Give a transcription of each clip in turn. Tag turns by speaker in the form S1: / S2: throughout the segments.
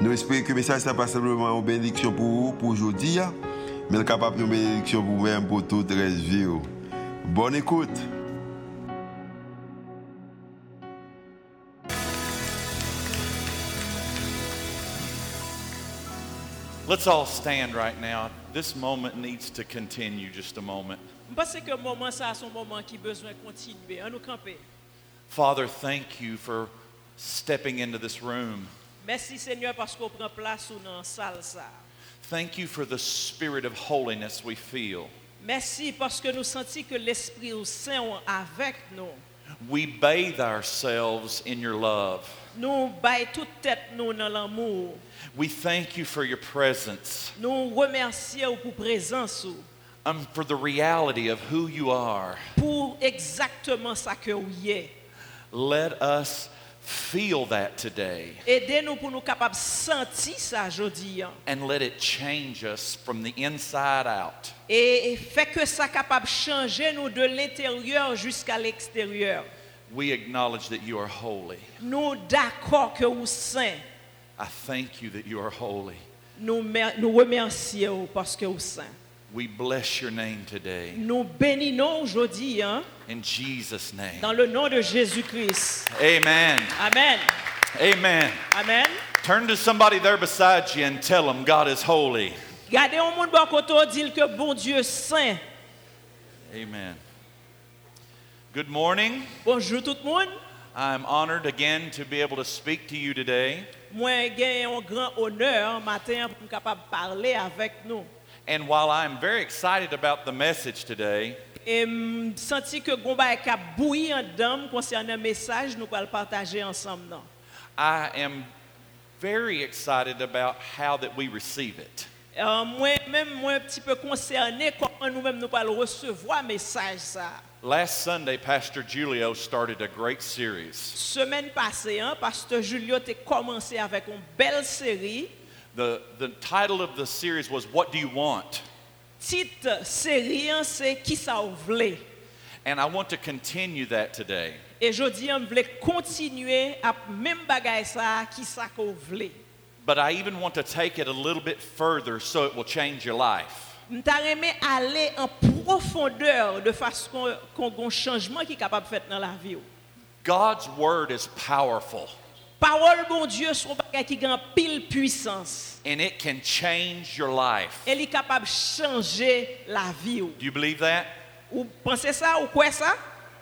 S1: Nous espérons que le message n'est pas simplement une bénédiction pour vous, pour aujourd'hui, mais capable une bénédiction pour vous-même, pour toute la vie. Bonne écoute.
S2: Let's all stand right now. This moment needs to continue just a moment.
S3: Mpase ke moman sa son moman ki bezwen kontinue, an nou kampe.
S2: Father, thank you for stepping into this room.
S3: Mersi Seigneur paske ou pren plas ou nan sal sa.
S2: Thank you for the spirit of holiness we feel.
S3: Mersi paske nou senti ke l'esprit ou sen ou avek nou.
S2: We bathe ourselves in your love.
S3: Nou bay tout tèt nou nan l'amour.
S2: We thank you for your presence,
S3: Nou remersye ou pou prezans ou.
S2: um, for the reality of who you are.
S3: Pou exactement sa ke ou ye.
S2: Let us feel that today
S3: Ede nou pou nou kapab senti sa jodi an.
S2: and let it change us from the inside out.
S3: E, e fè ke sa kapab chanje nou de l'interieur jusqu'à l'exterieur.
S2: We acknowledge that you are holy.
S3: Nou d'akor ke ou sen.
S2: I thank you that you are holy.
S3: Nous, mer- nous remercions parce que vous saint.
S2: We bless your name today.
S3: Nous bénissons aujourd'hui hein,
S2: In Jesus' name.
S3: dans le nom de Jésus-Christ.
S2: Amen.
S3: Amen.
S2: Amen.
S3: Amen.
S2: Turn to somebody there beside you and tell them God is holy.
S3: Gardez au monde bon côté, dit que bon Dieu saint.
S2: Amen. Good morning.
S3: Bonjour tout le monde.
S2: I'm honored again to be able to speak to you today.
S3: Moi, j'ai un grand honneur matin pour être capable de parler avec nous.
S2: And while I'm very excited about the message today,
S3: Et je senti que Gomba est bouilli en dame concernant le message, nous allons le partager ensemble. non.
S2: I am very excited about how that we receive it.
S3: Euh, moi, même, moi, un petit peu concerné comment nous-mêmes nous allons recevoir le message. Ça.
S2: Last Sunday, Pastor Julio started a great series.
S3: Semaine passée, hein, Pasteur Julio a commencé avec une belle série.
S2: The, the title of the series was What Do You Want?
S3: Titre série, hein, c'est Qui ça vous voulez?
S2: And I want to continue that today.
S3: Et je dis, on voulait continuer à même bagaille ça, qui ça qu'on voulait.
S2: But I even want to take it a little bit further so it will change your life.
S3: M'ta aimé aller en profondeur de façon qu'on ait un changement qui est capable de faire dans la vie. ou.
S2: God's word is powerful
S3: Parole, bon Dieu, sont bagaille qui gagne pile puissance.
S2: and it can change your life.
S3: Elle est capable de changer la vie. ou.
S2: Do you believe that?
S3: Ou pensez ça ou quoi ça?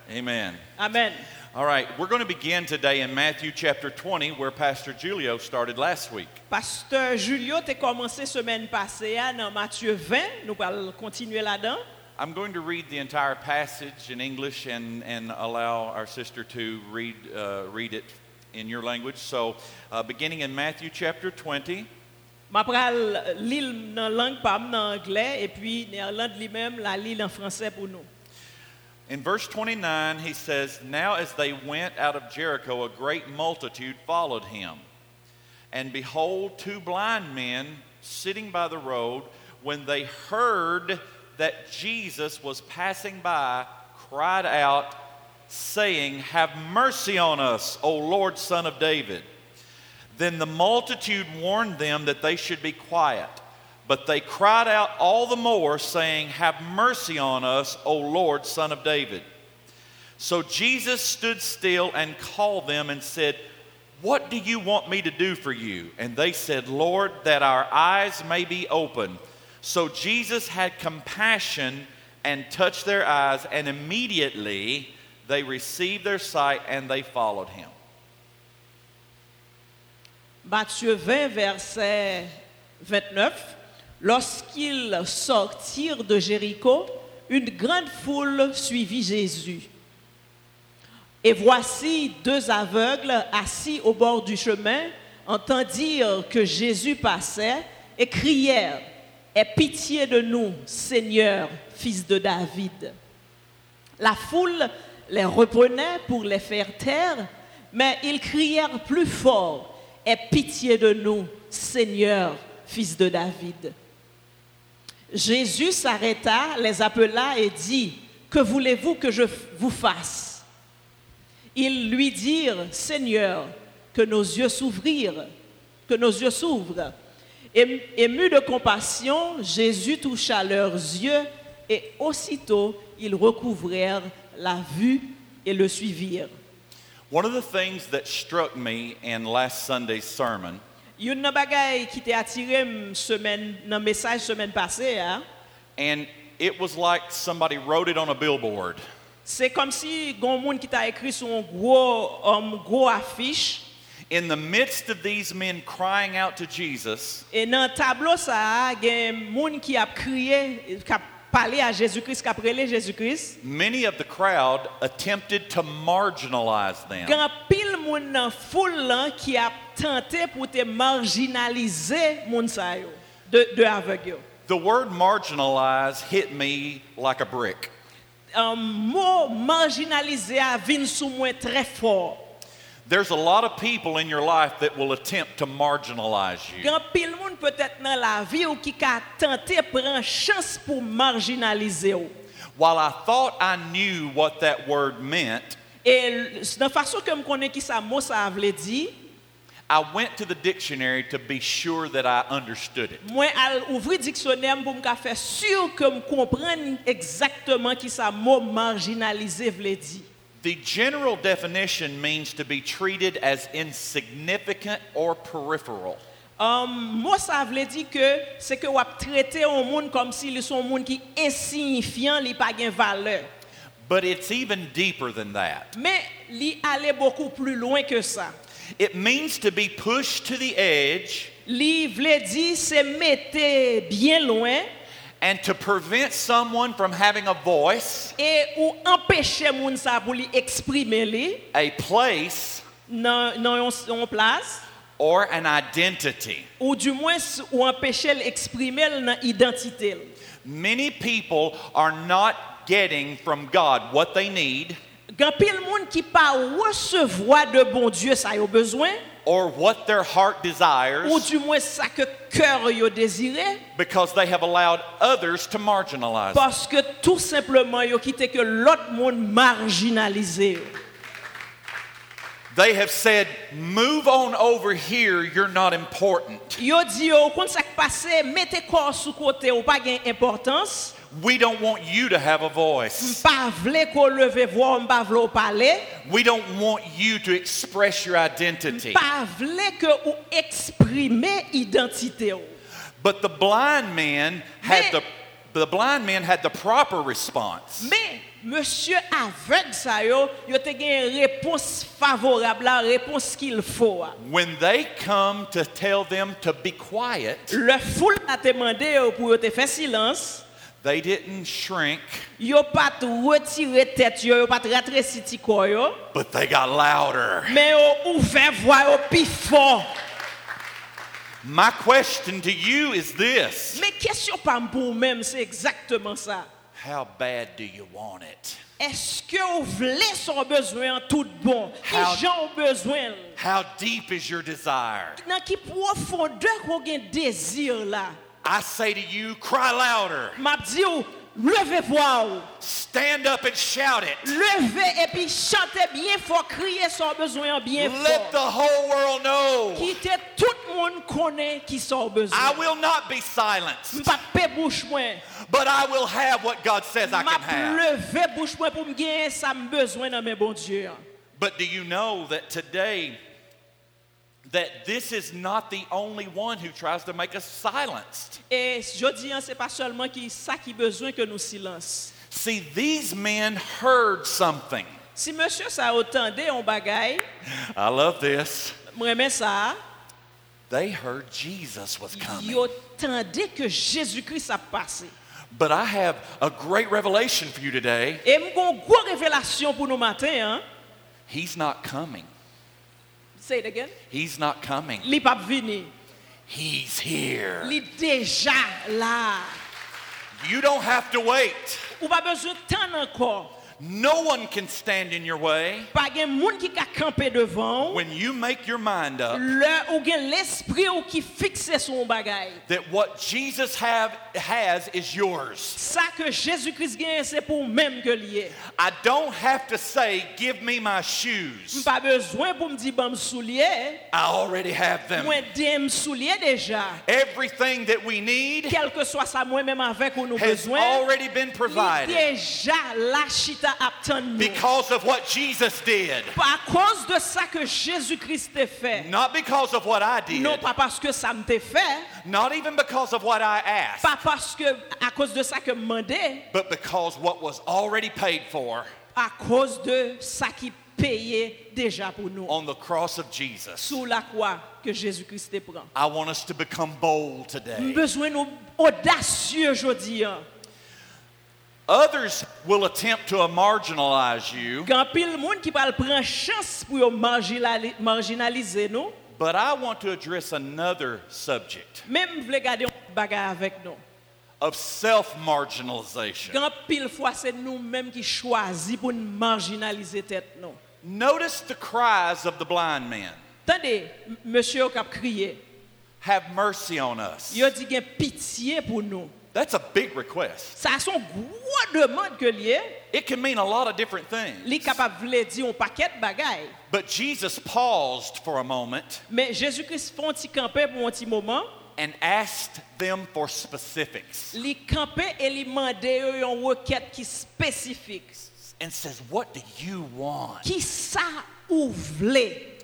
S2: Amen.
S3: Amen.
S2: All right, we're going to begin today in Matthew chapter 20 where Pastor Julio started last week.
S3: Pasteur Julio, tu commencé semaine passée hein, dans Matthieu 20, nous allons continuer là-dedans.
S2: I'm going to read the entire passage in English and, and allow our sister to read, uh, read it in your language. So, uh, beginning in Matthew chapter 20,
S3: Ma pral l'île dans langue pam dans anglais et puis Néerlande lui-même la l'île en français pour nous.
S2: In verse 29, he says, Now as they went out of Jericho, a great multitude followed him. And behold, two blind men sitting by the road, when they heard that Jesus was passing by, cried out, saying, Have mercy on us, O Lord, Son of David. Then the multitude warned them that they should be quiet. But they cried out all the more, saying, Have mercy on us, O Lord, Son of David. So Jesus stood still and called them and said, What do you want me to do for you? And they said, Lord, that our eyes may be open. So Jesus had compassion and touched their eyes, and immediately they received their sight and they followed him.
S3: Matthieu 20, verset 29. Lorsqu'ils sortirent de Jéricho, une grande foule suivit Jésus. Et voici deux aveugles assis au bord du chemin entendirent que Jésus passait et crièrent, Aie pitié de nous, Seigneur, fils de David. La foule les reprenait pour les faire taire, mais ils crièrent plus fort, Aie pitié de nous, Seigneur, fils de David. Jésus s'arrêta, les appela et dit, Que voulez-vous que je vous fasse Ils lui dirent, Seigneur, que nos yeux s'ouvrirent, que nos yeux s'ouvrent. Ém- Ému de compassion, Jésus toucha leurs yeux et aussitôt ils recouvrèrent la vue et le suivirent.
S2: One of the things that struck me in last Sunday's sermon
S3: Yon nan bagay ki te atire m semen, nan mesaj semen pase, hein,
S2: And it was like somebody wrote it on a billboard.
S3: se kom si gon moun ki ta ekri sou an gwo, an gwo afish,
S2: In the midst of these men crying out to Jesus,
S3: e nan tablo sa gen moun ki ap kriye, kap pale a Jésus-Christ, kap rele Jésus-Christ,
S2: many of the crowd attempted to marginalize them.
S3: Gan pil moun nan foul lan ki ap tante pou te marginalize moun sa yo, de, de avek yo.
S2: The word marginalize hit me like a brick.
S3: Um, mou marginalize a vin sou mwen tre for.
S2: There's a lot of people in your life that will attempt to marginalize you.
S3: Gan pil moun petet nan la vi ou ki ka tante pren chans pou marginalize yo.
S2: While I thought I knew what that word meant,
S3: E l- nan fason ke m konen ki sa mou sa avle di,
S2: I went to the dictionary to be sure that I understood it.
S3: mwen al ouvri diksyonem pou m ka fe sur ke m kompren exactement ki sa mou marginalize vle di.
S2: The general definition means to be treated as insignificant or peripheral.
S3: Um, moi, ça veut dire que c'est que vous traité un monde comme s'il sont un monde qui est insignifiant, il pas de valeur.
S2: But it's even deeper than that.
S3: Mais il allait beaucoup plus loin que ça.
S2: It means to be pushed to the edge
S3: Il voulait dire se mettre bien loin
S2: and to prevent someone from having a voice,
S3: et e ou empêcher moun ça pour lui exprimer li
S2: a place,
S3: dans dans yon- yon place
S2: or an identity.
S3: ou du moins ou empêcher l'exprimer dans identité. li.
S2: Many people are not getting from God what they need
S3: Gan pile monde qui pas recevoir de bon Dieu ça a besoin
S2: or what their heart
S3: ou
S2: desires
S3: du moins ça que cœur yo désiré
S2: because they have allowed others to marginalize. them.
S3: Parce que tout simplement, ils ont quitté que l'autre monde marginalisé. yo.
S2: They have said, move on over here, you're not important.
S3: Ils ont dit, au compte ça qui passé, mettez corps sous côté, ou pas gain importance.
S2: We don't want you to have a voice.
S3: Pas vle qu'on leve voix, pas vle ou parler.
S2: We don't want you to express your identity.
S3: Pas vle que ou exprimer identité. yo.
S2: But the blind man had the the blind man had the proper response.
S3: Mais monsieur aveugle ça yo, yo te gain réponse favorable, la réponse qu'il faut. a.
S2: When they come to tell them to be quiet,
S3: Le foule a demandé yo pour yo te faire silence.
S2: they didn't shrink,
S3: Yo pas retiré tête, yo, yo pas rétréci ti corps yo.
S2: but they got louder.
S3: Mais au ouvert voix au plus fort.
S2: My question to you is this.
S3: Mais question pas pour même, c'est exactement ça.
S2: How bad do you want it?
S3: Est-ce que vous voulez son besoin en tout bon? Qui
S2: How-
S3: gens ont besoin? là?
S2: How deep is your desire?
S3: Dans qui profondeur qu'on a un désir là?
S2: I say to you, cry louder.
S3: M'a dit ou, levez voix ou.
S2: Stand up and shout it.
S3: Levez et puis chantez bien fort, criez son besoin bien
S2: Let the
S3: fort.
S2: whole world know.
S3: Quittez tout le monde connaît qui
S2: I
S3: son besoin.
S2: will not be silenced,
S3: M'pa pe bouche moi.
S2: but I will have what God says I can
S3: M'a
S2: have.
S3: levé bouche moi pour me gagner ça me besoin dans mes bons dieux.
S2: But do you know that today that this is not the only one who tries to make us silenced?
S3: Et je dis, hein, ce n'est pas seulement qui, ça qui besoin que nous silence.
S2: See, these men heard something.
S3: Si monsieur ça entendait on bagaille,
S2: I love this.
S3: moi mais ça,
S2: They heard Jesus was
S3: il
S2: coming.
S3: entendait que Jésus-Christ a passé.
S2: But I have a great revelation for you today.
S3: Et mon gon gros révélation pour nous matin hein.
S2: He's not coming.
S3: Say it again.
S2: He's not coming.
S3: Li pas venir.
S2: He's here.
S3: Li deja la.
S2: You don't have to wait.
S3: Ou pa bezwen tan ankor.
S2: No one can stand in your way.
S3: Pa gen moun ki ka kampe devan.
S2: When you make your mind up
S3: Le ou gen l'esprit ou ki fikse sou yon bagay.
S2: that what Jesus have, has is yours,
S3: Sa ke Jésus-Christ gen se pou mèm ke liye.
S2: I don't have to say, Give me my shoes.
S3: Mpa bezwen pou mdi ban msoulye.
S2: I already have them.
S3: Mwen de msoulye deja.
S2: Everything that we need
S3: Kelke swa sa mwen mèm avèk ou nou
S2: has
S3: bezwen.
S2: already been
S3: Li
S2: provided
S3: deja la chita ap tan nou.
S2: because of what Jesus did,
S3: Pa a koz de sa ke Jésus-Christ te fè.
S2: not because of what I did,
S3: Non pa paske sa mte fè.
S2: not even because of what I asked,
S3: Pa paske a koz de sa ke mande.
S2: but because what was already paid for
S3: A koz de sa ki peye deja pou nou.
S2: on the cross of Jesus.
S3: Sou la kwa ke Jésus-Christ te pran.
S2: I want us to become bold
S3: Nou
S2: today.
S3: bezwen nou audasyeux jodi an.
S2: Others will attempt to marginalize you,
S3: Gan pil moun ki pal pran chans pou yo marginali- marginalize nou,
S2: but I want to address another subject
S3: mem vle gade yon bagay avèk nou.
S2: of self marginalization.
S3: Gan pil fwa se nou menm ki chwazi pou nou marginalize tèt nou.
S2: Notice the cries of the blind man
S3: Tande, m- monsieur yo kap kriye,
S2: Have mercy on us.
S3: yo di gen pitié pou nou.
S2: That's a big request.
S3: Sa son gwo demande ke liye,
S2: It can mean a lot of different things.
S3: li kapap vle di yon paket bagay.
S2: But Jesus paused for a moment
S3: Men, Jésus-Christ fon ti kampe pou yon ti moman,
S2: and asked them for specifics
S3: li kampe e li mande yo yon woket ki spesifik.
S2: and says, What do you want?
S3: Ki sa ou vle?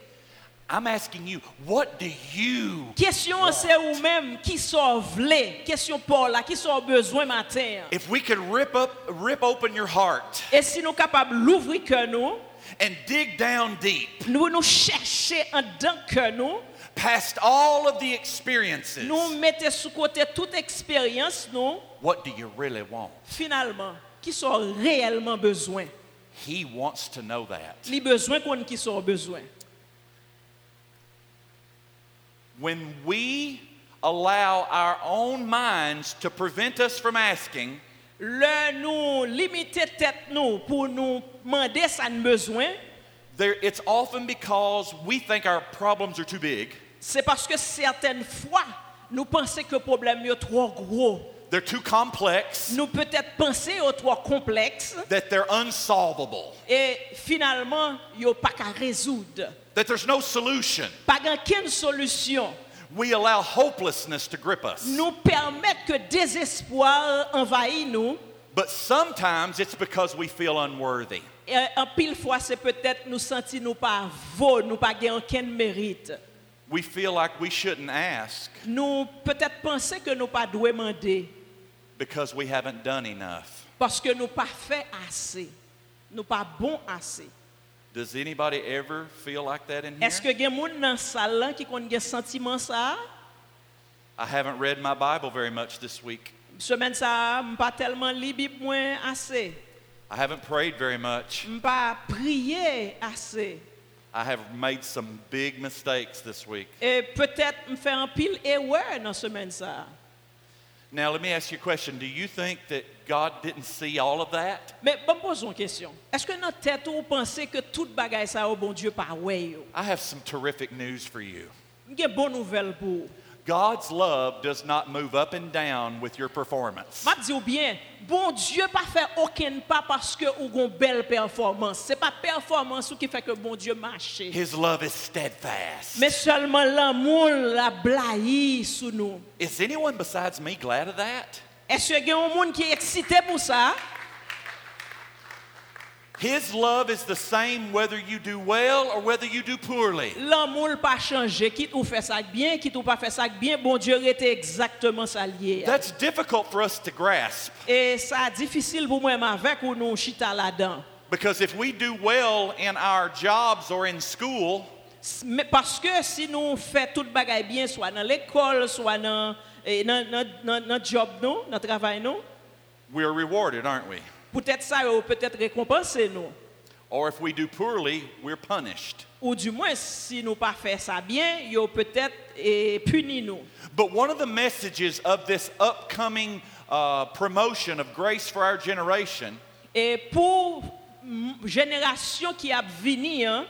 S2: I'm asking you, what do you
S3: Question c'est vous-même qui sont vle. Question pour là qui sont besoin matin.
S2: If we could rip up, rip open your heart
S3: Et si nous capables l'ouvrir que nous,
S2: and dig down deep,
S3: nous nous chercher en dedans que nous,
S2: past all of the experiences,
S3: nous mettez sous côté toute expérience nous,
S2: what do you really want?
S3: finalement qui sont réellement besoin.
S2: He wants to know that.
S3: Les besoins qu'on qui sont besoin.
S2: When we allow our own minds to prevent us from asking,
S3: Le nous limiter tête nous pour nous demander ça nous besoin,
S2: there, it's often because we think our problems are too big,
S3: c'est parce que certaines fois nous pensons que le problème est trop gros.
S2: they're too complex,
S3: Nous peut-être penser aux trois complexes
S2: that they're unsolvable,
S3: et finalement, il a pas qu'à résoudre.
S2: that there's no solution.
S3: Pas aucune solution.
S2: We allow hopelessness to grip us.
S3: Nous permettre que désespoir envahisse nous.
S2: But sometimes it's because we feel unworthy.
S3: Et en pile fois, c'est peut-être nous sentir nous pas vaut, nous pas gain aucun mérite.
S2: We feel like we shouldn't ask
S3: Nous peut-être penser que nous pas doué demander
S2: because we haven't done enough.
S3: parce que nous pas fait assez. Nous pas bon assez.
S2: Does anybody ever feel like that in here?
S3: Est-ce que il y a des gens dans salle là qui ont un sentiment ça?
S2: I haven't read my Bible very much this week.
S3: Semaine ça, m'pas tellement li Bible moins assez.
S2: I haven't prayed very much.
S3: m pa priye ase.
S2: I have made some big mistakes this week.
S3: E peut-et m fè an pil ewe nan semen sa.
S2: Now, let me ask you a question. Do you think that God didn't see all of that?
S3: Men, bon poson kesyon. Eske nan tèt ou pense ke tout bagay sa ou bon Diyo pa wey yo?
S2: I have some terrific news for you.
S3: M gen bon nouvel pou. ou.
S2: God's love does not move up and down with your performance.
S3: Ma di ou bien, bon Diyo pa fè oken pa paske ou gon bel performans. Se pa performans ou ki fè ke bon Diyo mache.
S2: His love is steadfast.
S3: Men seulement l'amour la blayi sou nou.
S2: Is anyone besides me glad of that?
S3: Eske gen ou moun ki eksite pou sa?
S2: His love is the same whether you do well or whether you do poorly.
S3: L'amour pas changé, quitte ou fait ça bien, quitte ou pas fait ça bien, bon Dieu était exactement ça lié.
S2: That's difficult for us to grasp
S3: Et ça difficile pour moi avec ou nous chita là-dedans.
S2: because if we do well in our jobs or in school,
S3: S- mais Parce que si nous fait tout bagaille bien, soit dans l'école, soit dans eh, dans- dans dans- dans job nous, dans travail nous,
S2: we're rewarded, aren't we?
S3: peut-être ça ou peut-être récompenser nous.
S2: Or if we do poorly, we're punished.
S3: Ou du moins, si nous pas fait ça bien, yo peut-être eh, puni nous.
S2: But one of the messages of this upcoming uh, promotion of grace for our generation
S3: Et pour m- génération qui a venu, hein,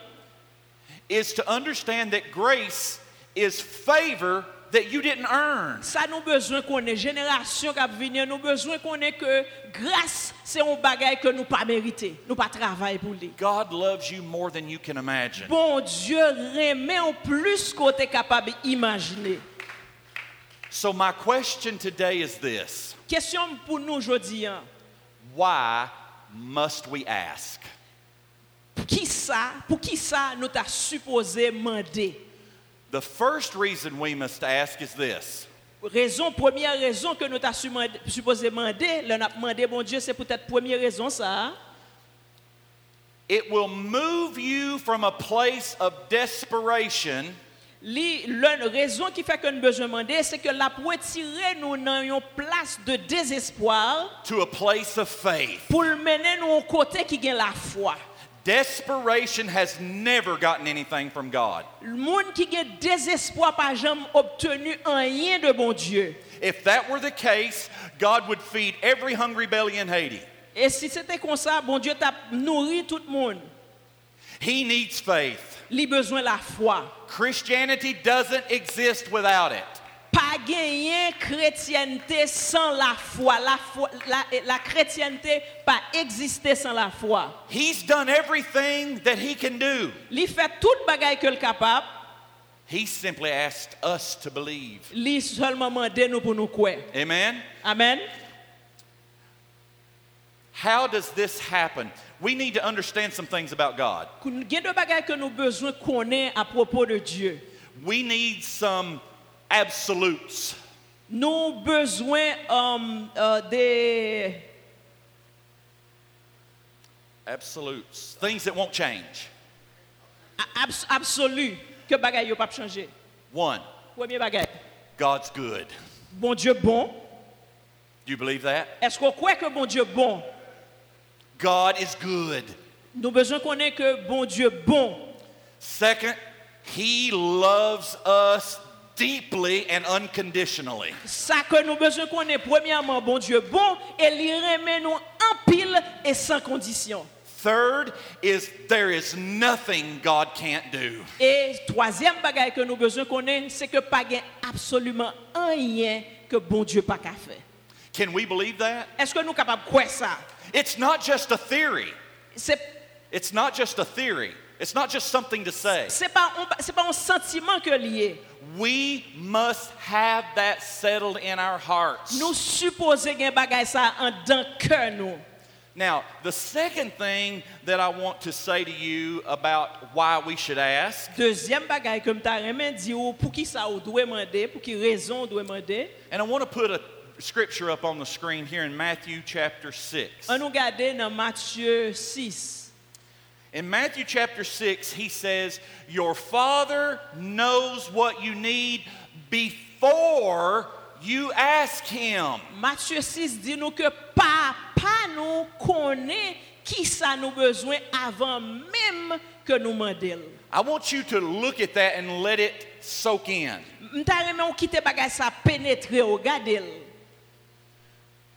S2: is to understand that grace is favor that you didn't earn.
S3: ça nous besoin qu'on ait génération qui a venu, nous besoin qu'on ait que grâce, c'est un bagage que nous pas mérité, nous pas travaillé pour lui.
S2: God loves you more than you can imagine.
S3: Bon Dieu remet en plus qu'on est capable d'imaginer.
S2: So, my question today is this
S3: Question pour nous aujourd'hui, hein,
S2: Why must we ask?
S3: pour qui ça, pour qui ça nous t'a supposé demander?
S2: The first reason we must ask is this
S3: Raison, première raison que nous t'a su- supposé demander, là, on a demandé, bon Dieu, c'est peut-être première raison ça. hein.
S2: it will move you from a place of desperation
S3: Li, l'un raison qui fait que nous besoin demander, c'est que la pour retirer nous dans une place de désespoir
S2: to a place of faith.
S3: pour le mener nous au côté qui gagne la foi.
S2: Desperation has never gotten anything from God.
S3: Le monde qui gagne désespoir pas jamais obtenu un rien de bon Dieu.
S2: If that were the case, God would feed every hungry belly in Haiti.
S3: Et si c'était comme ça, bon Dieu t'a nourri tout le monde.
S2: He needs faith.
S3: Li besoin la foi.
S2: Christianity doesn't exist without it.
S3: Pas gagner chrétienté sans la foi. La, foi- la, la chrétienté pas exister sans la foi.
S2: He's done everything that he can do.
S3: Li fait toute bagaille que le capable.
S2: He simply asked us to believe.
S3: Li seulement demandé nous pour nous croire.
S2: Amen?
S3: Amen.
S2: How does this happen? We need to understand some things about God.
S3: Il y a deux bagages que nous avons besoin de connaître à propos de Dieu.
S2: We need some absolutes.
S3: Nous avons besoin euh, euh, des
S2: Absolutes. Things that won't change.
S3: a- abs- absolus que bagaille n'a pas changé.
S2: One,
S3: Premier bagage,
S2: God's good.
S3: bon Dieu bon.
S2: Do you believe that?
S3: Est-ce qu'on croit que bon Dieu bon?
S2: God is good.
S3: Nous avons besoin de connaître que bon Dieu bon.
S2: Second, He loves us deeply and unconditionally.
S3: Ça que nous avons besoin de connaître, premièrement, bon Dieu bon, et il remet nous en pile et sans condition.
S2: Third is there is nothing God can't do.
S3: Et troisième bagage que nous avons besoin de connaître, c'est que pas gain absolument rien que bon Dieu pas qu'à faire.
S2: Can we believe that?
S3: Est-ce que nous sommes capables de croire ça?
S2: It's not just a theory.
S3: C'est
S2: It's not just a theory. It's not just something to say.
S3: c'est pas un- c'est pas un sentiment que lié.
S2: We must have that settled in our hearts.
S3: Nous supposons qu'il bagay ça en dans cœur nous.
S2: Now, the second thing that I want to say to you about why we should ask
S3: Deuxième bagay comme tu as dit ou pour qui ça ou doit demander, pour qui raison on doit demander.
S2: And I want to put a scripture up on the screen here in Matthew chapter 6.
S3: On nous regarder dans Matthieu 6.
S2: In Matthew chapter 6, he says, Your Father knows what you need before you ask Him.
S3: Matthieu 6 dit nous que papa nous connaît qui ça nous besoin avant même que nous demandions.
S2: I want you to look at that and let it soak in.
S3: M'ta remet on quitter bagay ça pénétrer regarder.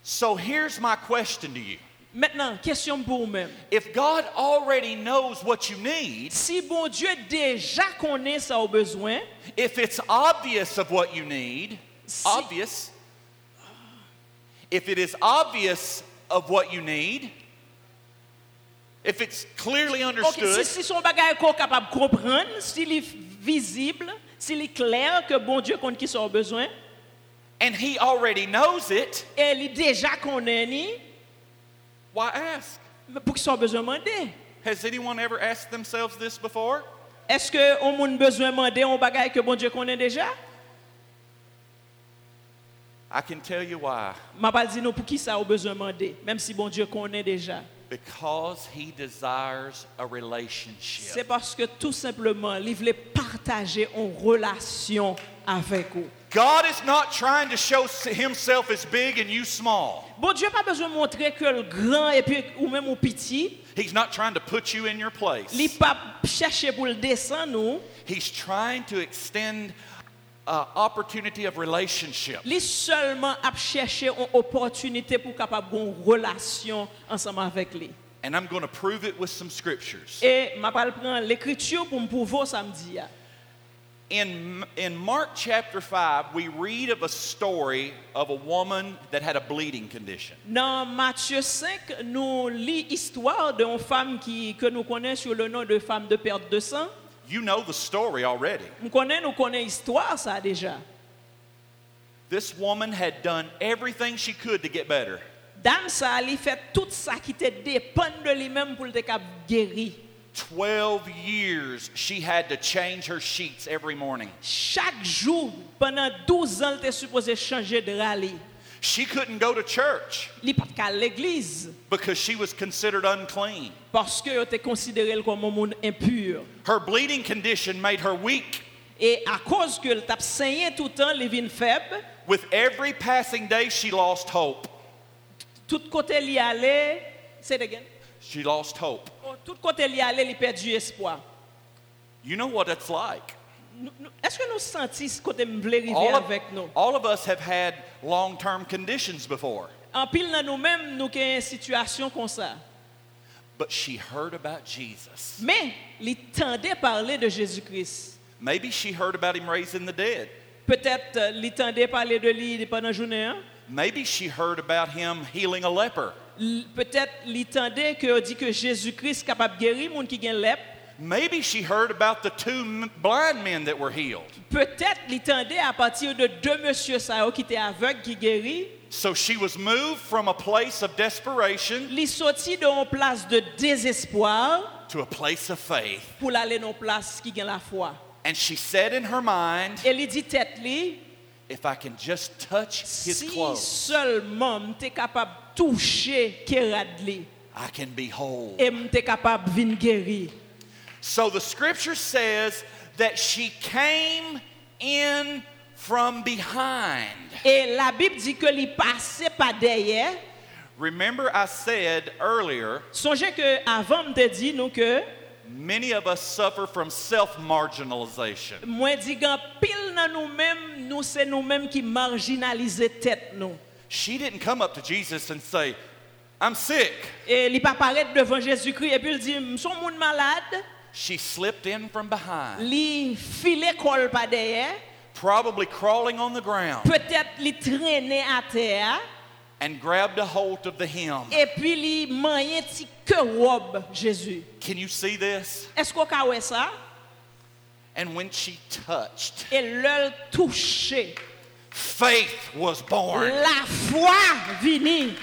S2: So here's my question to you
S3: Maintenant, question pour vous-même.
S2: If God already knows what you need,
S3: Si bon Dieu déjà connaît ça au besoin,
S2: if it's obvious of what you need,
S3: Si-
S2: obvious, if it is obvious of what you need, if it's clearly
S3: ok, si,
S2: understood,
S3: si son bagage qu'on capable de comprendre, s'il est visible, s'il est clair que bon Dieu connaît qui ça au besoin,
S2: and He already knows it,
S3: et il déjà connaît ni,
S2: why ask?
S3: mais pour qui ça au besoin demander?
S2: Has anyone ever asked themselves this before?
S3: Est-ce que on moun besoin demander un bagage que bon Dieu connaît déjà?
S2: I can tell you why.
S3: M'a pas dit non pour qui ça au besoin demander, même si bon Dieu connaît déjà.
S2: Because he desires a relationship.
S3: C'est parce que tout simplement, il voulait partager en relation avec vous.
S2: God is not trying to show s- himself as big and you small.
S3: Bon Dieu pas besoin de montrer que le grand et puis ou même au petit,
S2: He's not trying to put you in your
S3: il
S2: place.
S3: pas chercher pour le descendre nous,
S2: He's trying to extend uh, opportunity of relationship.
S3: il seulement à chercher une opportunité pour capable avoir une relation ensemble avec lui.
S2: And I'm going to prove it with some scriptures.
S3: Et m'a pas le prendre l'écriture pour me prouver samedi.
S2: In, in Mark chapter 5, we read of a story of a woman that had a bleeding condition.
S3: Dans Matthieu 5, nous lit histoire d'une femme qui que nous connaissons sur le nom de femme de perte de sang.
S2: You know the story already.
S3: Nous connaissons, nous connaissons histoire ça déjà.
S2: This woman had done everything she could to get better.
S3: Dame ça, elle fait tout ça qui te dépend de lui-même pour le capable guérir.
S2: 12 years she had to change her sheets every morning.
S3: Chaque jour, pendant 12 ans, elle était supposée changer de rallye.
S2: She couldn't go to church
S3: Elle pas qu'à l'église
S2: because she was considered unclean.
S3: parce qu'elle était considérée comme un monde impur.
S2: Her bleeding condition made her weak.
S3: Et à cause que tape saigné tout le temps, elle est faible.
S2: With every passing day, she lost hope.
S3: Tout côté elle y allait, c'est again.
S2: She lost hope.
S3: Oh, Tout côté elle y allait, elle perd du espoir.
S2: You know what it's like.
S3: Nous- nous- Est-ce que nous sentons ce côté me voulait arriver
S2: All of,
S3: avec nous?
S2: all of us have had long term conditions before,
S3: En pile dans nous-mêmes, nous avons une situation comme ça.
S2: but she heard about Jesus.
S3: Mais il tendait parler de Jésus-Christ.
S2: Maybe she heard about him raising the dead.
S3: Peut-être euh, il tendait parler de lui pendant la journée. hein.
S2: Maybe she heard about him healing a leper.
S3: L- Peut-être il tendait que dit que Jésus-Christ est capable de guérir les gens qui ont lèpre.
S2: Maybe she heard about the two m- blind men that were healed.
S3: Peut-être il tendait à partir de deux messieurs ça, qui étaient aveugles qui guérit.
S2: So she was moved from a place of desperation
S3: Il sortit d'une place de désespoir
S2: to a place of faith.
S3: pour aller dans une place qui a la foi.
S2: And she said in her mind,
S3: Et il dit tête lui,
S2: if I can just touch his
S3: si
S2: clothes,
S3: seulement tu es capable de toucher Kérad lui,
S2: I can be whole.
S3: et tu es capable de venir guérir.
S2: So the scripture says that she came in from behind.
S3: Et la Bible dit que les passait pas derrière.
S2: Remember, I said earlier,
S3: Songez que avant me te dit nous que
S2: many of us suffer from self marginalization.
S3: moi dit qu'en pile dans nous-mêmes, nous c'est nous-mêmes qui marginalisons tête nous.
S2: She didn't come up to Jesus and say, I'm sick.
S3: Et il pas paraître devant Jésus-Christ et puis il dit "M son monde malade,
S2: She slipped in from behind,
S3: li filé col pas derrière,
S2: probably crawling on the ground,
S3: peut-être li traîner à terre
S2: and grabbed a hold of the hem.
S3: et puis li manger petit que robe Jésus.
S2: Can you see this?
S3: Est-ce qu'on ka wè ça
S2: And when she touched,
S3: et le toucher.
S2: faith was born.
S3: La foi vini.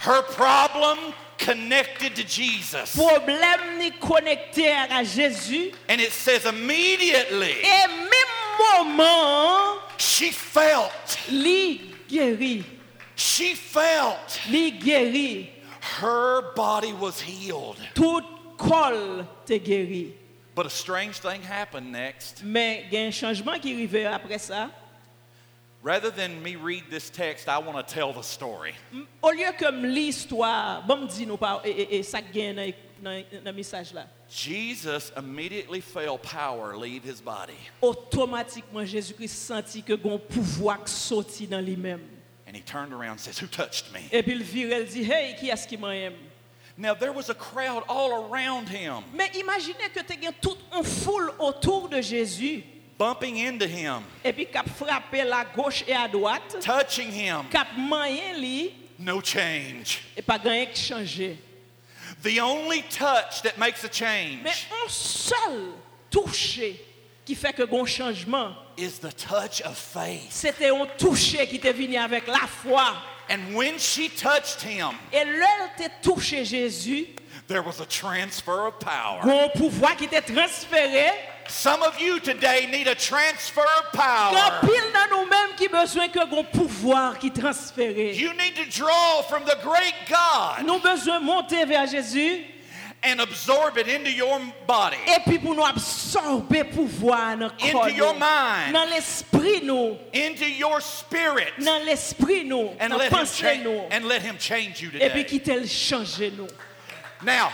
S2: Her problem connected to Jesus.
S3: problème ni connecté à Jésus.
S2: And it says immediately
S3: Et même moment,
S2: she felt,
S3: li guérit,
S2: she felt
S3: li guérit,
S2: her body was healed.
S3: tout col te guéri.
S2: But a strange thing happened next.
S3: Mais il y a un changement qui arrivait après ça.
S2: Rather than me read this text, I want to tell the story.
S3: M- Au lieu que me l'histoire, bon me dit nous pas et, et- et ça gagne dans dans- dans le message là.
S2: Jesus immediately felt power leave his body,
S3: Automatiquement Jésus-Christ sentit que gon pouvoir qui sorti dans lui-même.
S2: and he turned around and says, "Who touched me?"
S3: Et puis il vire, il dit "Hey, qui est-ce qui m'aime
S2: Now there was a crowd all around him,
S3: Mais imaginez que tu as toute une foule autour de Jésus.
S2: bumping into him,
S3: et puis cap frappé la gauche et à droite,
S2: touching him.
S3: cap moyen li
S2: No change.
S3: et pas gagné qui changer.
S2: The only touch that makes a
S3: Mais
S2: change
S3: un seul toucher qui fait que gon changement,
S2: is the touch of faith.
S3: c'était un toucher qui t'est venu avec la foi.
S2: And when she touched him,
S3: Et l'heure t'est touché Jésus,
S2: there was a transfer of power.
S3: gon pouvoir qui t'est transféré
S2: Some of you today need a transfer of power.
S3: Gan pil nan nou menm ki bezwen ke gon pouvoir ki transfere.
S2: You need to draw from the great God
S3: Nou bezwen monte ver Jezu,
S2: and absorb it into your body.
S3: epi pou nou absorbe pouvoir nan kon
S2: Into your
S3: nou.
S2: mind.
S3: Nan l'esprit nou,
S2: into your spirit
S3: nan l'esprit nou,
S2: and
S3: nan
S2: let, him
S3: pensè
S2: cha-
S3: nou,
S2: and let him change you today.
S3: epi ki tel chanje nou.
S2: Now,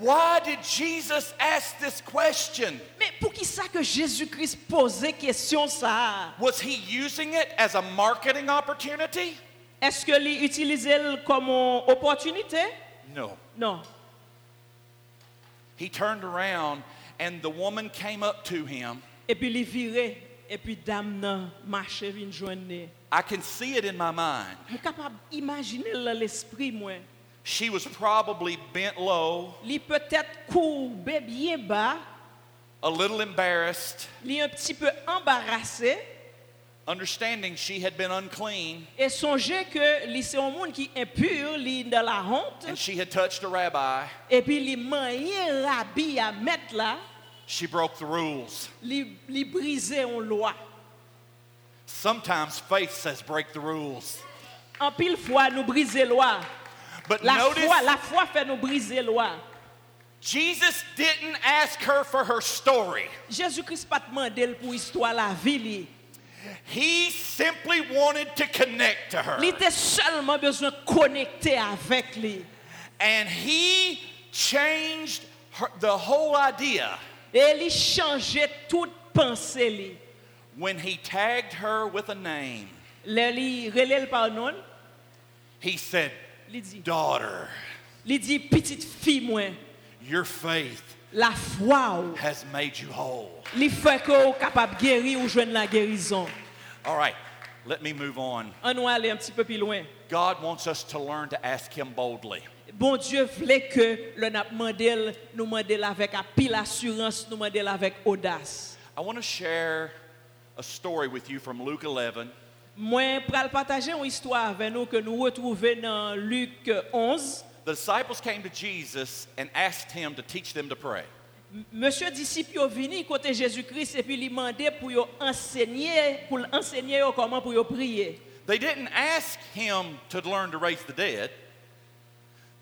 S2: why did Jesus ask this question?
S3: Men pou ki sa ke Jésus-Christ pose kesyon sa?
S2: Was he using it as a marketing opportunity?
S3: Eske li utilize l komon opotunite?
S2: No.
S3: Non.
S2: He turned around and the woman came up to him.
S3: Epi li vire, epi dam nan mache vin jwenni.
S2: I can see it in my mind.
S3: Mou kapab imagine l nan l'esprit mwen.
S2: She was probably bent low,
S3: Li peut-être courbe bien bas,
S2: a little embarrassed,
S3: li un petit peu embarrassé
S2: understanding she had been unclean
S3: et songeait que li c'est un monde qui est impur, li dans la honte
S2: and she had touched a rabbi.
S3: et puis li manier rabi à mettre là,
S2: She broke the rules.
S3: li li briser en loi.
S2: Sometimes faith says break the rules.
S3: En pile fois nous briser loi.
S2: But
S3: La
S2: notice
S3: foi, la foi fait nous briser loi.
S2: Jesus didn't ask her for her story.
S3: Jésus-Christ pas demandé pour histoire la vie li.
S2: He simply wanted to connect to her.
S3: Li était seulement besoin de connecter avec lui.
S2: And he changed her, the whole idea
S3: Et il changeait toute pensée li.
S2: when he tagged her with a name.
S3: Le li relèle par non,
S2: He said,
S3: li dit
S2: Daughter,
S3: Li di, petite fi mwen,
S2: your faith
S3: la fwa ou,
S2: has made you whole.
S3: li fwe ke ou kapap geri ou jwen la gerizon.
S2: All right, let me move on.
S3: An nou ale un petit peu pi loin.
S2: God wants us to learn to ask him boldly.
S3: Bon Diyo vle ke le nap mandel, nou mandel avèk apil assurans, nou mandel avèk odas.
S2: I want to share a story with you from Luke 11.
S3: Mwen pral pataje yon histwa avè nou ke nou retrouve nan Luke 11.
S2: The disciples came to Jesus and asked him to teach them to pray.
S3: M- Monsieur disip yo vini kote Jésus-Christ epi li mande pou yo ensegnye, pou l'ensegnye yo koman pou yo priye.
S2: They didn't ask him to learn to raise the dead.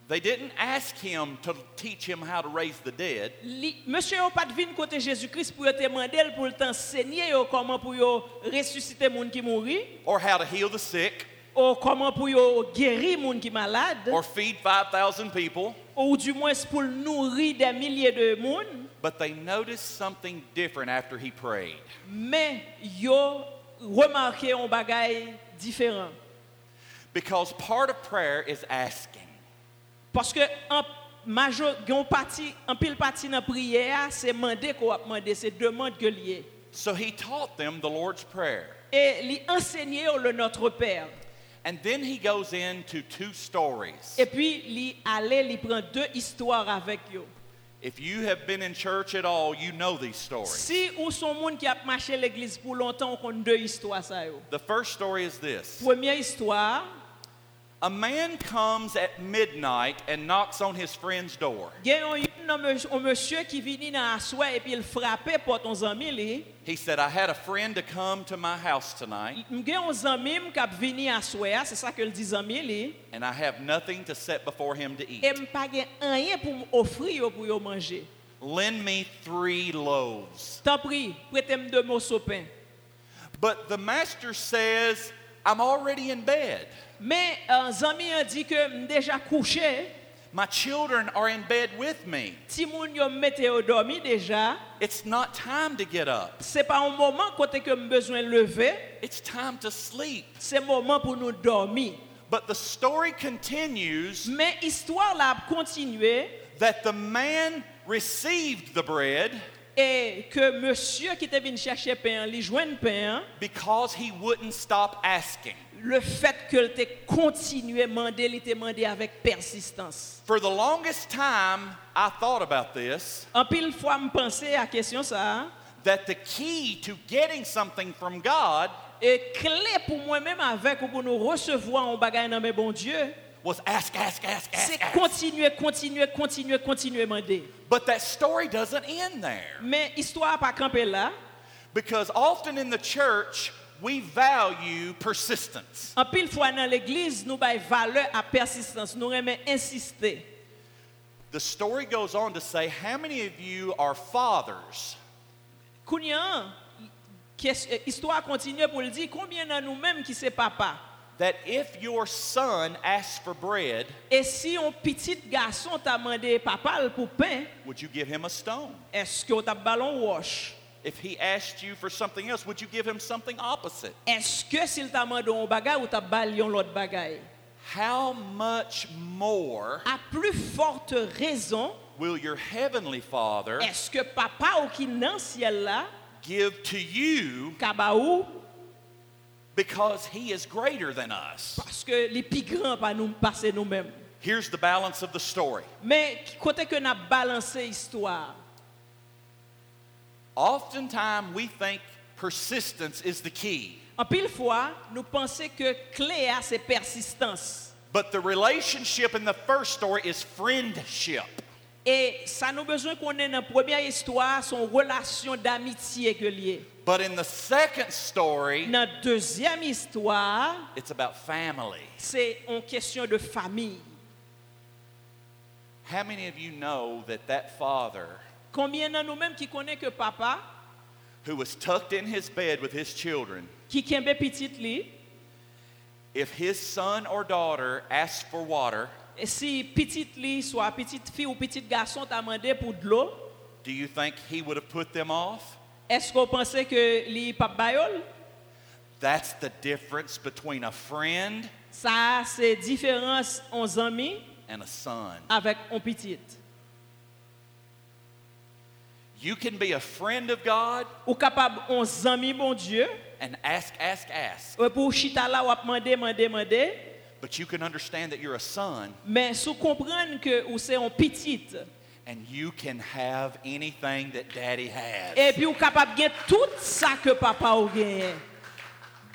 S2: They didn't ask him to teach him how to raise the dead.
S3: Li, monsieur yo pat vin kote Jésus-Christ pou yo te mandel pou t'enseigner yo comment pou yo ressusciter moun ki mouri
S2: or how to heal the sick
S3: ou comment pou yo guérir moun ki malade
S2: or feed 5,000 people,
S3: ou du moins pou nourrir des milliers de moun
S2: but they noticed something different after he prayed.
S3: mais yo remarqué un bagay différent
S2: Because part of prayer is asking.
S3: parce que en major gon parti en pile parti nan prière c'est mandé qu'on a mandé c'est demande que lié
S2: So he taught them the Lord's Prayer.
S3: et li enseigner yo le notre père
S2: And then he goes into two stories.
S3: et puis li allait li prend deux histoires avec yo
S2: If you have been in church at all, you know these stories.
S3: Si ou son moun ki ap mache l'eglise pou lontan, ou kon de histwa sa yo.
S2: The first story is this
S3: Premye histwa,
S2: A man comes at midnight and knocks on his friend's door.
S3: gen yon yon nan mons- un monsye ki vini nan aswe epi il frape poton zami li.
S2: He said, I had a friend to come to my house tonight,
S3: M gen yon zami m kap vini aswe a, se sa ke l di zami li.
S2: and I have nothing to set before him to eat.
S3: E m pa gen anyen pou m ofri yo pou yo manje.
S2: Lend me three loaves.
S3: Tan pri, prete m de moso pen.
S2: But the master says, I'm already in bed.
S3: Men euh, zami yon di ke m deja kouche,
S2: My children are in bed with me.
S3: ti moun yon mette yo dormi deja,
S2: It's not time to get up,
S3: se pa un moman kote ke m bezwen leve,
S2: it's time to sleep.
S3: se moman pou nou dormi.
S2: But the story continues
S3: Mais histoire là a continué
S2: that the man received the bread
S3: et que e monsieur qui était venu chercher pain, lui joindre pain,
S2: because he wouldn't stop asking.
S3: le fait que le t'ait continué mandé, il était mandé avec persistance.
S2: For the longest time, I thought about this
S3: En pile fois me penser à question ça hein.
S2: that the key to getting something from God
S3: et clé pour moi-même avec ou pour nous recevoir en bagage dans mes bon Dieu,
S2: was ask, ask, ask, ask,
S3: C'est
S2: ask.
S3: continuer, continuer, continuer, continuer demander.
S2: But that story doesn't end there.
S3: Mais histoire pas camper là.
S2: Because often in the church, we value persistence.
S3: En pile fois dans l'église, nous bay valeur à persistance, nous remet insister.
S2: The story goes on to say, How many of you are fathers?
S3: Kounyan, euh, histoire continue pour le dire combien dans nous-mêmes qui c'est papa.
S2: That if your son asks for bread,
S3: Et si un petit garçon t'a demandé papa pour pain,
S2: would you give him a stone?
S3: est-ce que t'a ballon wash?
S2: If he asked you for something else, would you give him something opposite?
S3: Est-ce que s'il t'a demandé un bagage ou t'a ballon l'autre bagage?
S2: How much more
S3: À plus forte raison,
S2: will your heavenly Father
S3: est-ce que papa ou qui dans le ciel là,
S2: give to you
S3: kabaou,
S2: because he is greater than us?
S3: parce que les plus grands pas nous passer nous-mêmes.
S2: Here's the balance of the story.
S3: Mais qui- côté que n'a balancé histoire,
S2: Oftentimes we think persistence is the key,
S3: en pile fois, nous pensons que clé à c'est persistance.
S2: but the relationship in the first story is friendship.
S3: Et ça nous besoin qu'on ait dans la première histoire son relation d'amitié que lié.
S2: But in the second story,
S3: Dans la deuxième histoire,
S2: it's about family.
S3: c'est une question de famille.
S2: How many of you know that that father
S3: Combien de nous-mêmes qui connaît que papa,
S2: who was tucked in his bed with his children,
S3: qui kembe petite li,
S2: if his son or daughter asked for water,
S3: et si petite li, soit petite fille ou petit garçon t'a demandé pour de l'eau,
S2: do you think he would have put them off?
S3: est-ce qu'on pensait que li pap bayol?
S2: That's the difference between a friend
S3: Ça, c'est différence en amis
S2: and a son.
S3: avec un petit.
S2: You can be a friend of God
S3: Ou capable en ami bon Dieu,
S2: and ask, ask, ask.
S3: ou pour chita là ou ap mandé, mandé, mandé,
S2: But you can understand that you're a son
S3: mais sous comprendre que ou c'est un petit.
S2: and you can have anything that daddy has.
S3: Et puis ou capable de tout ça que papa ou gagné.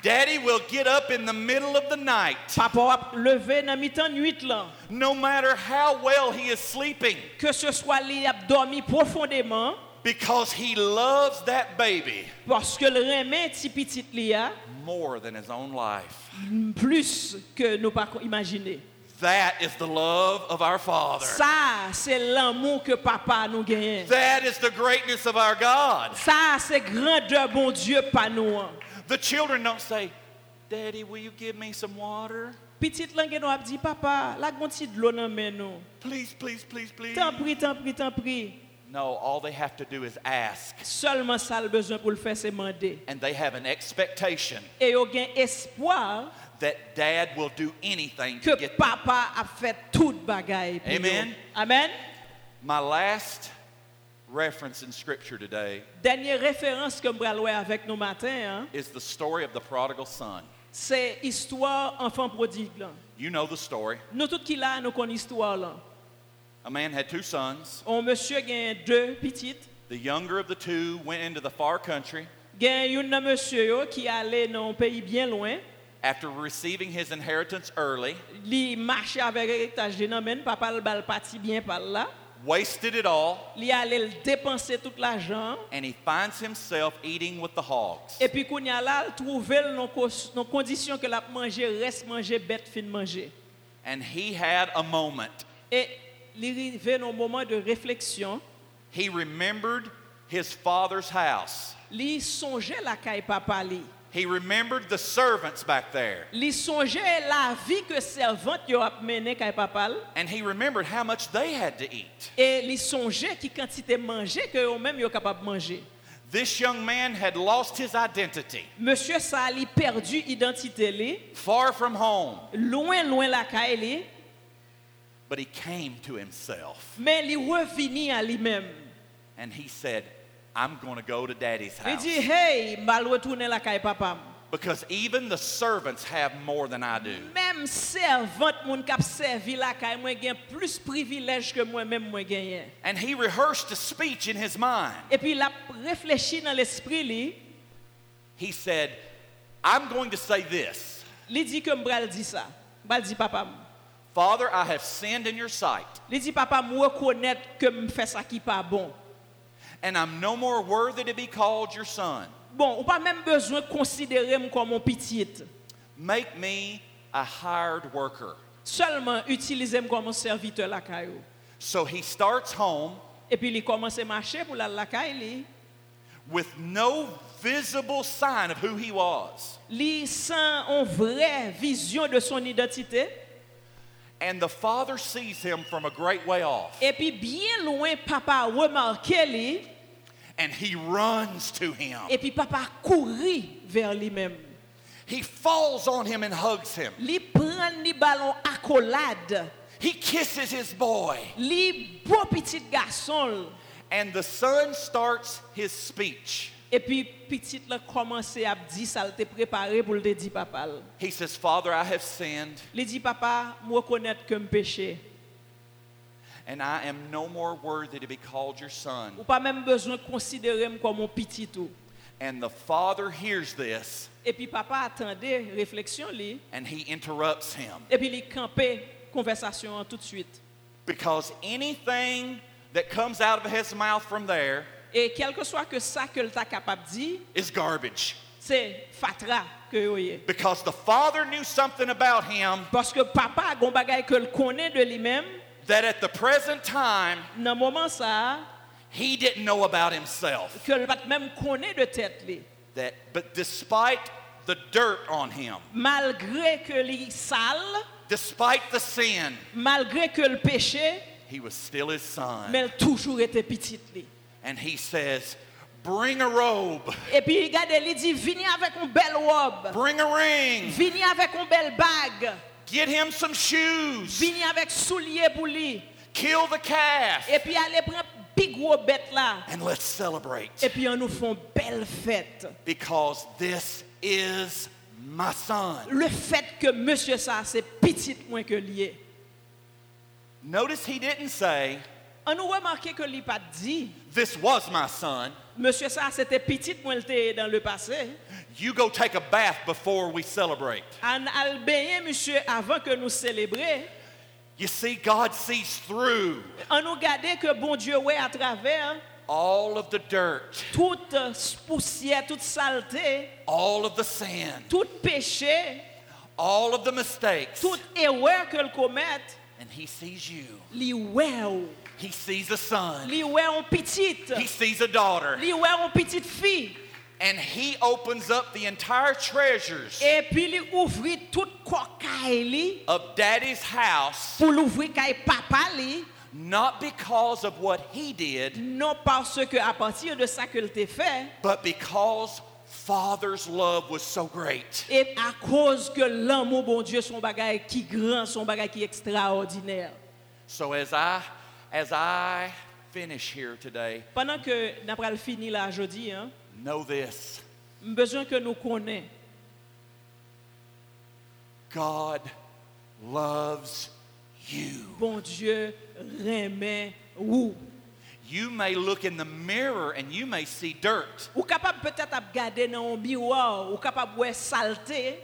S2: daddy will get up in the middle of the night,
S3: Papa ou ap levé dans mi-temps nuit là.
S2: no matter how well he is sleeping,
S3: Que ce soit li ap dormi profondément,
S2: because he loves that baby
S3: parce que le remet petit petit li a,
S2: more than his own life.
S3: plus que nous pas imaginer.
S2: That is the love of our Father.
S3: Ça, c'est l'amour que papa nous gagne.
S2: That is the greatness of our God.
S3: Ça, c'est grandeur, bon Dieu, pas nous.
S2: The children don't say, Daddy, will you give me some water?
S3: Petite langue, nous a dit, papa, la gonti de l'eau dans mes nous.
S2: Please, please, please, please.
S3: T'en prie, t'en prie, t'en prie.
S2: No, all they have to do is ask.
S3: Seulement ça, le besoin pour le faire, c'est demander.
S2: And they have an expectation
S3: Et ils gain espoir
S2: that dad will do anything to
S3: que
S2: get them.
S3: papa a fait toute bagaille. pour
S2: Amen.
S3: yo. Amen.
S2: My last reference in scripture today
S3: Dernière référence que je vais louer avec nous matin, hein,
S2: is the story of the prodigal son.
S3: c'est histoire enfant prodigue. là.
S2: You know the story.
S3: Nous tous qui là, nous connaissons histoire là.
S2: A man had two sons.
S3: Un monsieur gagne deux petites.
S2: The younger of the two went into the far country.
S3: Gagne un monsieur yo, qui allait dans un pays bien loin.
S2: After receiving his inheritance early,
S3: Li marche avec héritage de nan men, papa le bal parti bien par là.
S2: wasted it all,
S3: Li allait le dépenser tout l'argent.
S2: and he finds himself eating with the hogs.
S3: Et puis kounya là, le trouver le non cons- non condition que l'a mangé, reste manger, bête fin manger.
S2: And he had a moment.
S3: Et li rive non moment de réflexion,
S2: He remembered his father's house.
S3: li songeait la caille papa li.
S2: He remembered the servants back there.
S3: Li songeait la vie que servante yo ap mené caille papa li.
S2: And he remembered how much they had to eat.
S3: Et e li songeait qui quantité manger que yo même yo capable manger.
S2: This young man had lost his identity.
S3: Monsieur ça li perdu identité li,
S2: Far from home,
S3: loin loin la caille li.
S2: but he came to himself
S3: Mais il revini à lui-même.
S2: and he said, I'm going to go to daddy's
S3: Il
S2: house.
S3: dit, hey, mal retourner la caille papa.
S2: Because even the servants have more than I do.
S3: Même servante moun kap servi la caille, moi gen plus privilège que moi-même moi gagné.
S2: And he rehearsed a speech in his mind.
S3: Et puis il a réfléchi dans l'esprit li,
S2: He said, I'm going to say this
S3: il dit que m'bral dit ça. M'bral dit papa. m.
S2: Father, I have sinned in your sight,
S3: Li di, papa, m rekonnet ke m fè sa ki pa bon.
S2: and I'm no more worthy to be called your son.
S3: Bon, ou pa mèm bezwen konsidere m kon mon pitit.
S2: Make me a hired worker.
S3: Seulement, utilize m kon mon servite lakay ou.
S2: So he starts home
S3: Epi li komanse mache pou la lakay li.
S2: with no visible sign of who he was.
S3: Li san an vre vizyon de son identite.
S2: And the father sees him from a great way off,
S3: Epi bien loin, papa remarke li.
S2: and he runs to him.
S3: Epi papa kouri ver li mèm.
S2: He falls on him and hugs him.
S3: Li pren li balon akolad.
S2: He kisses his boy.
S3: Li bo pitit gason. l.
S2: And the son starts his speech.
S3: Epi pitit la komanse ap di sal te prepare pou l de di papal.
S2: He says, Father, I have sinned,
S3: Li di papa, m rekonnet ke m peche.
S2: and I am no more worthy to be called your son.
S3: Ou pa mèm bezwen konsidere m kon mon pitit ou.
S2: And the father hears this,
S3: Epi papa atende refleksyon li.
S2: and he interrupts him.
S3: Epi li kampe konversasyon an tout suite.
S2: Because anything that comes out of his mouth from there
S3: E kelke swa ke sa ke l ta kapap di,
S2: is garbage.
S3: se fatra ke yo ye.
S2: Because the father knew something about him
S3: Paske papa gon bagay ke l konen de li mèm,
S2: that at the present time
S3: nan moman sa,
S2: he didn't know about himself.
S3: ke l pat mèm konen de tèt li.
S2: That, but despite the dirt on him,
S3: Malgre ke li sal,
S2: despite the sin,
S3: malgre ke l peche,
S2: he was still his son.
S3: men l toujou ete pitit li.
S2: And he says, Bring a robe,
S3: Epi gade li di, vini avèk un bel rob,
S2: bring a ring,
S3: vini avèk un bel bag,
S2: get him some shoes,
S3: vini avèk soulier pou li,
S2: kill the calf,
S3: epi ale pren pi gwo bet la,
S2: and let's celebrate.
S3: epi an nou fon bel fèt.
S2: Because this is my son.
S3: Le fèt ke monsye sa, se pitit mwen ke liye.
S2: Notice he didn't say,
S3: An nou remarke ke li pat di,
S2: This was my son.
S3: monsye sa, se te pitit mwen lte dan le pase,
S2: You go take a bath before we celebrate.
S3: an albeye monsye avan ke nou celebre,
S2: You see, God sees through
S3: an nou gade ke bon Diyo we a traver,
S2: all of the dirt,
S3: tout euh, poussière, toute saleté,
S2: all of the sin,
S3: tout péché,
S2: all of the mistakes.
S3: toute erreur que le commettent,
S2: And He sees you.
S3: li wè ou.
S2: He sees a son.
S3: Li wè on petite.
S2: He sees a daughter.
S3: Li wè on petite fille.
S2: And He opens up the entire treasures
S3: Et puis li ouvri tout kokaye li
S2: of Daddy's house,
S3: pou l'ouvri kay papa li.
S2: not because of what He did,
S3: Non parce que à partir de ça que l'te fait,
S2: but because Father's love was so great.
S3: et à cause que l'amour bon Dieu son bagay qui grand, son bagay qui extraordinaire.
S2: So as I as I finish here today,
S3: Pendant que n'a pral fini là jodi, hein,
S2: know this.
S3: m bezon que nous connaît
S2: God loves you.
S3: bon Dieu remet ou.
S2: You may look in the mirror and you may see dirt.
S3: Ou capable peut-être à regarder dans un miroir, ou capable de saleté,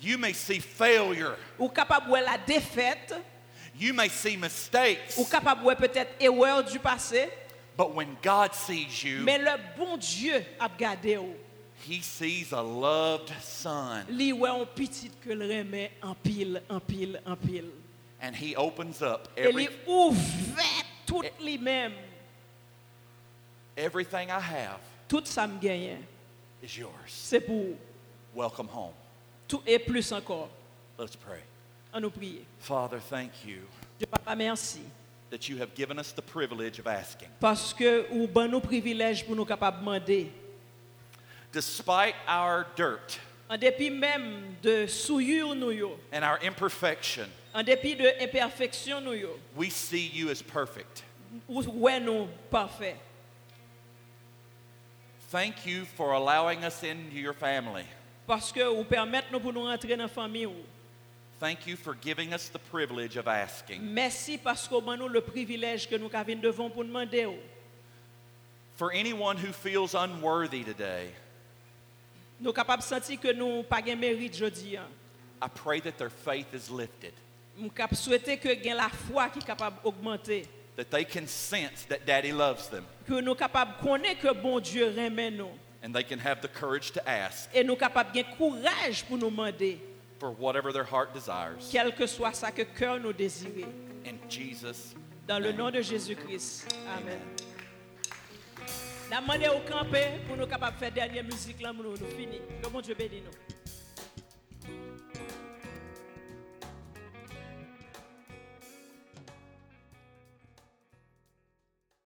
S2: You may see failure.
S3: ou capable de la défaite,
S2: You may see mistakes.
S3: ou capable de peut-être erreur du passé,
S2: But when God sees you,
S3: mais le bon Dieu a regardé ou.
S2: He sees a loved son
S3: Li ouais on petit que le remet en pile, en pile, en pile.
S2: and He opens up
S3: Et li
S2: every,
S3: ouvert tout li même.
S2: everything I have
S3: Tout ça me gagne.
S2: is yours.
S3: C'est pour ou.
S2: Welcome home.
S3: tout et plus encore.
S2: Let's pray.
S3: On nous prier.
S2: Father, thank you
S3: Dieu papa merci
S2: that you have given us the privilege of asking.
S3: parce que ou ban nous privilège pour nous capable demander.
S2: despite our dirt
S3: En dépit même de souillure nous yo,
S2: and our imperfection,
S3: En dépit de imperfection nous yo,
S2: we see you as perfect.
S3: ou ouais nous parfait.
S2: Thank you for allowing us into your family.
S3: Parce que vous permettez nous pour nous rentrer dans la famille. ou.
S2: Thank you for giving us the privilege of asking.
S3: Merci parce qu'on nous le privilège que nous avons devant pour demander. ou.
S2: For anyone who feels unworthy today,
S3: Nous sommes capables de sentir que nous n'avons pas de mérite jeudi. hein.
S2: I pray that their faith is lifted.
S3: m kap souhaiter que gen la foi qui capable augmenter,
S2: that they can sense that daddy loves them
S3: que nous capable connaître que bon Dieu remet nous
S2: and they can have the courage to ask
S3: et nous capable gen courage pour nous demander
S2: for whatever their heart desires.
S3: quel que soit ça que cœur nous désirer.
S2: In Jesus'
S3: Dans le
S2: name.
S3: nom de Jésus-Christ. Amen.
S2: Amen.
S3: N'a demandé au campé pour nous capables de faire dernière musique là pour nous, nous finir. Que bon Dieu bénisse nous.